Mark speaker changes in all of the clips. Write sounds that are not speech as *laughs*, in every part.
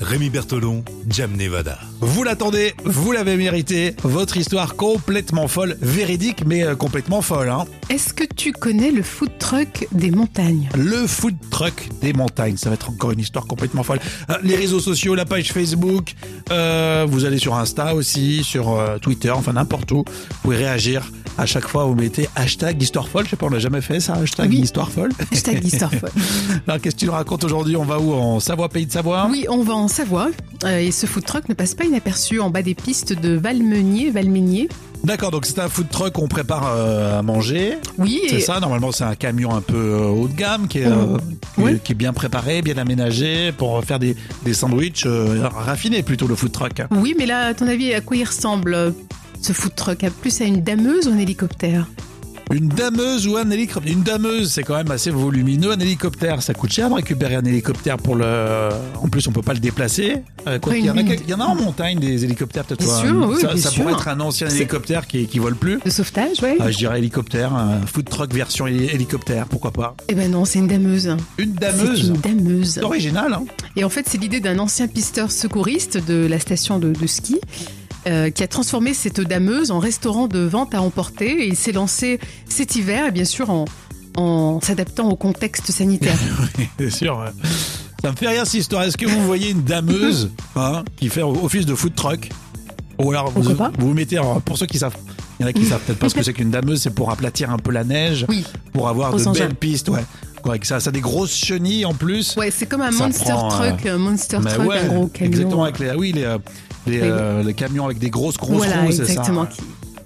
Speaker 1: Rémi Bertolon, Jam Nevada.
Speaker 2: Vous l'attendez, vous l'avez mérité. Votre histoire complètement folle, véridique mais euh, complètement folle. hein.
Speaker 3: Est-ce que tu connais le food truck
Speaker 2: *laughs*
Speaker 3: des montagnes
Speaker 2: Le food truck des montagnes, ça va être encore une histoire complètement folle. Euh, Les réseaux sociaux, la page Facebook, euh, vous allez sur Insta aussi, sur euh, Twitter, enfin n'importe où. Vous pouvez réagir. À chaque fois, vous mettez hashtag histoire folle. Je sais pas, on l'a jamais fait ça, hashtag
Speaker 3: Oui.
Speaker 2: histoire folle. *laughs*
Speaker 3: Hashtag l'histoire folle.
Speaker 2: Alors, qu'est-ce que tu nous racontes aujourd'hui On va où En Savoie, pays de Savoie
Speaker 3: Oui, on va en Savoie. euh, et ce food truck ne passe pas inaperçu en bas des pistes de Valmenier, Valmenier.
Speaker 2: D'accord, donc c'est un food truck qu'on prépare euh, à manger.
Speaker 3: Oui,
Speaker 2: C'est
Speaker 3: et Mmh.
Speaker 2: ça, normalement c'est un camion un peu euh, haut de gamme qui est, euh, qui-
Speaker 3: Oui.
Speaker 2: qui est bien préparé, bien aménagé pour faire des, des sandwichs euh, raffinés plutôt le food truck.
Speaker 3: oui, mais là, à ton avis, à quoi il ressemble euh, ce food truck À Plus à une dameuse ou un hélicoptère
Speaker 2: Une dameuse ou un hélicoptère Une dameuse c'est quand même assez volumineux, un hélicoptère ça coûte cher de récupérer un hélicoptère pour le... En plus on peut pas le déplacer. Euh, quoi
Speaker 3: Après,
Speaker 2: qu'il y, en a
Speaker 3: une-
Speaker 2: quelques- il y en a en montagne des hélicoptères peut-être.
Speaker 3: Bien
Speaker 2: toi,
Speaker 3: sûr,
Speaker 2: hein.
Speaker 3: oui,
Speaker 2: ça
Speaker 3: bien
Speaker 2: ça pourrait
Speaker 3: sûr.
Speaker 2: être un ancien
Speaker 3: C'est-
Speaker 2: hélicoptère qui, qui vole plus.
Speaker 3: De sauvetage, ouais
Speaker 2: Ah, je dirais hélicoptère, un food truck version hé- hélicoptère, pourquoi pas.
Speaker 3: Eh ben non, c'est une dameuse.
Speaker 2: Une
Speaker 3: C'est
Speaker 2: dameuse
Speaker 3: une dameuse.
Speaker 2: C'est original, hein
Speaker 3: Et en fait, c'est l'idée d'un ancien pisteur secouriste de la station de, de ski. euh, qui a transformé cette dameuse en restaurant de vente à emporter et il s'est lancé cet hiver, et bien sûr en, en s'adaptant au
Speaker 2: *laughs*
Speaker 3: contexte sanitaire.
Speaker 2: C'est sûr. ouais. Ça me fait rire cette histoire. Est-ce que vous voyez une dameuse hein, qui fait office de food truck Ou alors vous
Speaker 3: Pourquoi pas
Speaker 2: vous, vous mettez, alors, pour ceux qui savent, il y en a qui savent peut-être pas ce que c'est qu'une dameuse, c'est pour aplatir un peu la neige,
Speaker 3: Oui,
Speaker 2: pour avoir
Speaker 3: Au
Speaker 2: de
Speaker 3: sens
Speaker 2: belles
Speaker 3: large.
Speaker 2: pistes. Ouais. Correct. Ça, ça a des grosses chenilles en plus.
Speaker 3: ouais, c'est comme un
Speaker 2: Ça
Speaker 3: monster
Speaker 2: prend, euh,
Speaker 3: truck, un monster
Speaker 2: Mais
Speaker 3: truck,
Speaker 2: ouais,
Speaker 3: un gros camion.
Speaker 2: Exactement, avec les, ah oui, les, euh, les,
Speaker 3: Les-
Speaker 2: euh, les camions avec des grosses, grosses
Speaker 3: voilà,
Speaker 2: roues, c'est ça.
Speaker 3: exactement.
Speaker 2: ouais.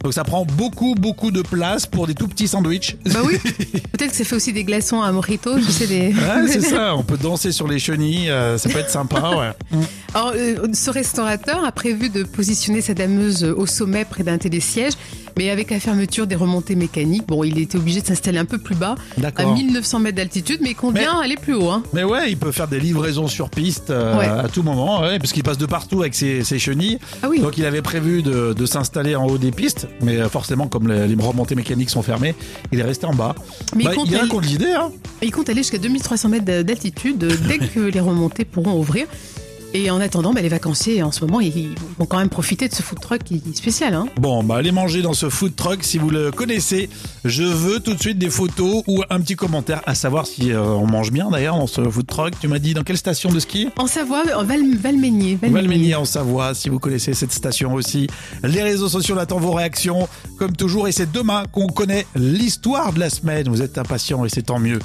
Speaker 2: Donc ça prend beaucoup, beaucoup de place pour des tout petits sandwichs.
Speaker 3: Bah oui, peut-être que ça fait aussi des glaçons à Morito, je
Speaker 2: *laughs*
Speaker 3: sais des.
Speaker 2: Ouais,
Speaker 3: *laughs*
Speaker 2: c'est ça, on peut danser sur les chenilles, euh, ça peut être sympa, ouais.
Speaker 3: Alors, euh, ce restaurateur a prévu de positionner sa dameuse au sommet près d'un télésiège, mais avec la fermeture des remontées mécaniques, bon, il était obligé de s'installer un peu plus bas, à
Speaker 2: D'accord.
Speaker 3: 1900 mètres d'altitude, mais il convient aller plus haut. Hein.
Speaker 2: Mais ouais, il peut faire des livraisons sur piste euh,
Speaker 3: Ouais.
Speaker 2: à tout moment, ouais, puisqu'il passe de partout avec ses, ses chenilles.
Speaker 3: Ah oui,
Speaker 2: Donc il avait prévu de, de s'installer en haut des pistes, mais euh, forcément, comme les, les remontées mécaniques sont fermées, il est resté en bas.
Speaker 3: mais
Speaker 2: Bah,
Speaker 3: il, compte
Speaker 2: il y a un
Speaker 3: aller,
Speaker 2: compte l'idée, hein.
Speaker 3: il compte aller jusqu'à 2300 mètres d'a- d'altitude euh, dès que les remontées pourront ouvrir. Et en attendant, bah, les vacanciers, en ce moment, ils ils vont quand même profiter de ce food truck qui est spécial. Hein.
Speaker 2: Bon, bah allez manger dans ce food truck si vous le connaissez. Je veux tout de suite des photos ou un petit commentaire, à savoir si euh, on mange bien d'ailleurs dans ce food truck. Tu m'as dit dans quelle station de ski
Speaker 3: En Savoie, en Val, Valmeignier.
Speaker 2: Valménier en Savoie, si vous connaissez cette station aussi. Les réseaux sociaux attendent vos réactions, comme toujours. Et c'est demain qu'on connaît l'histoire de la semaine. Vous êtes impatients et c'est tant mieux.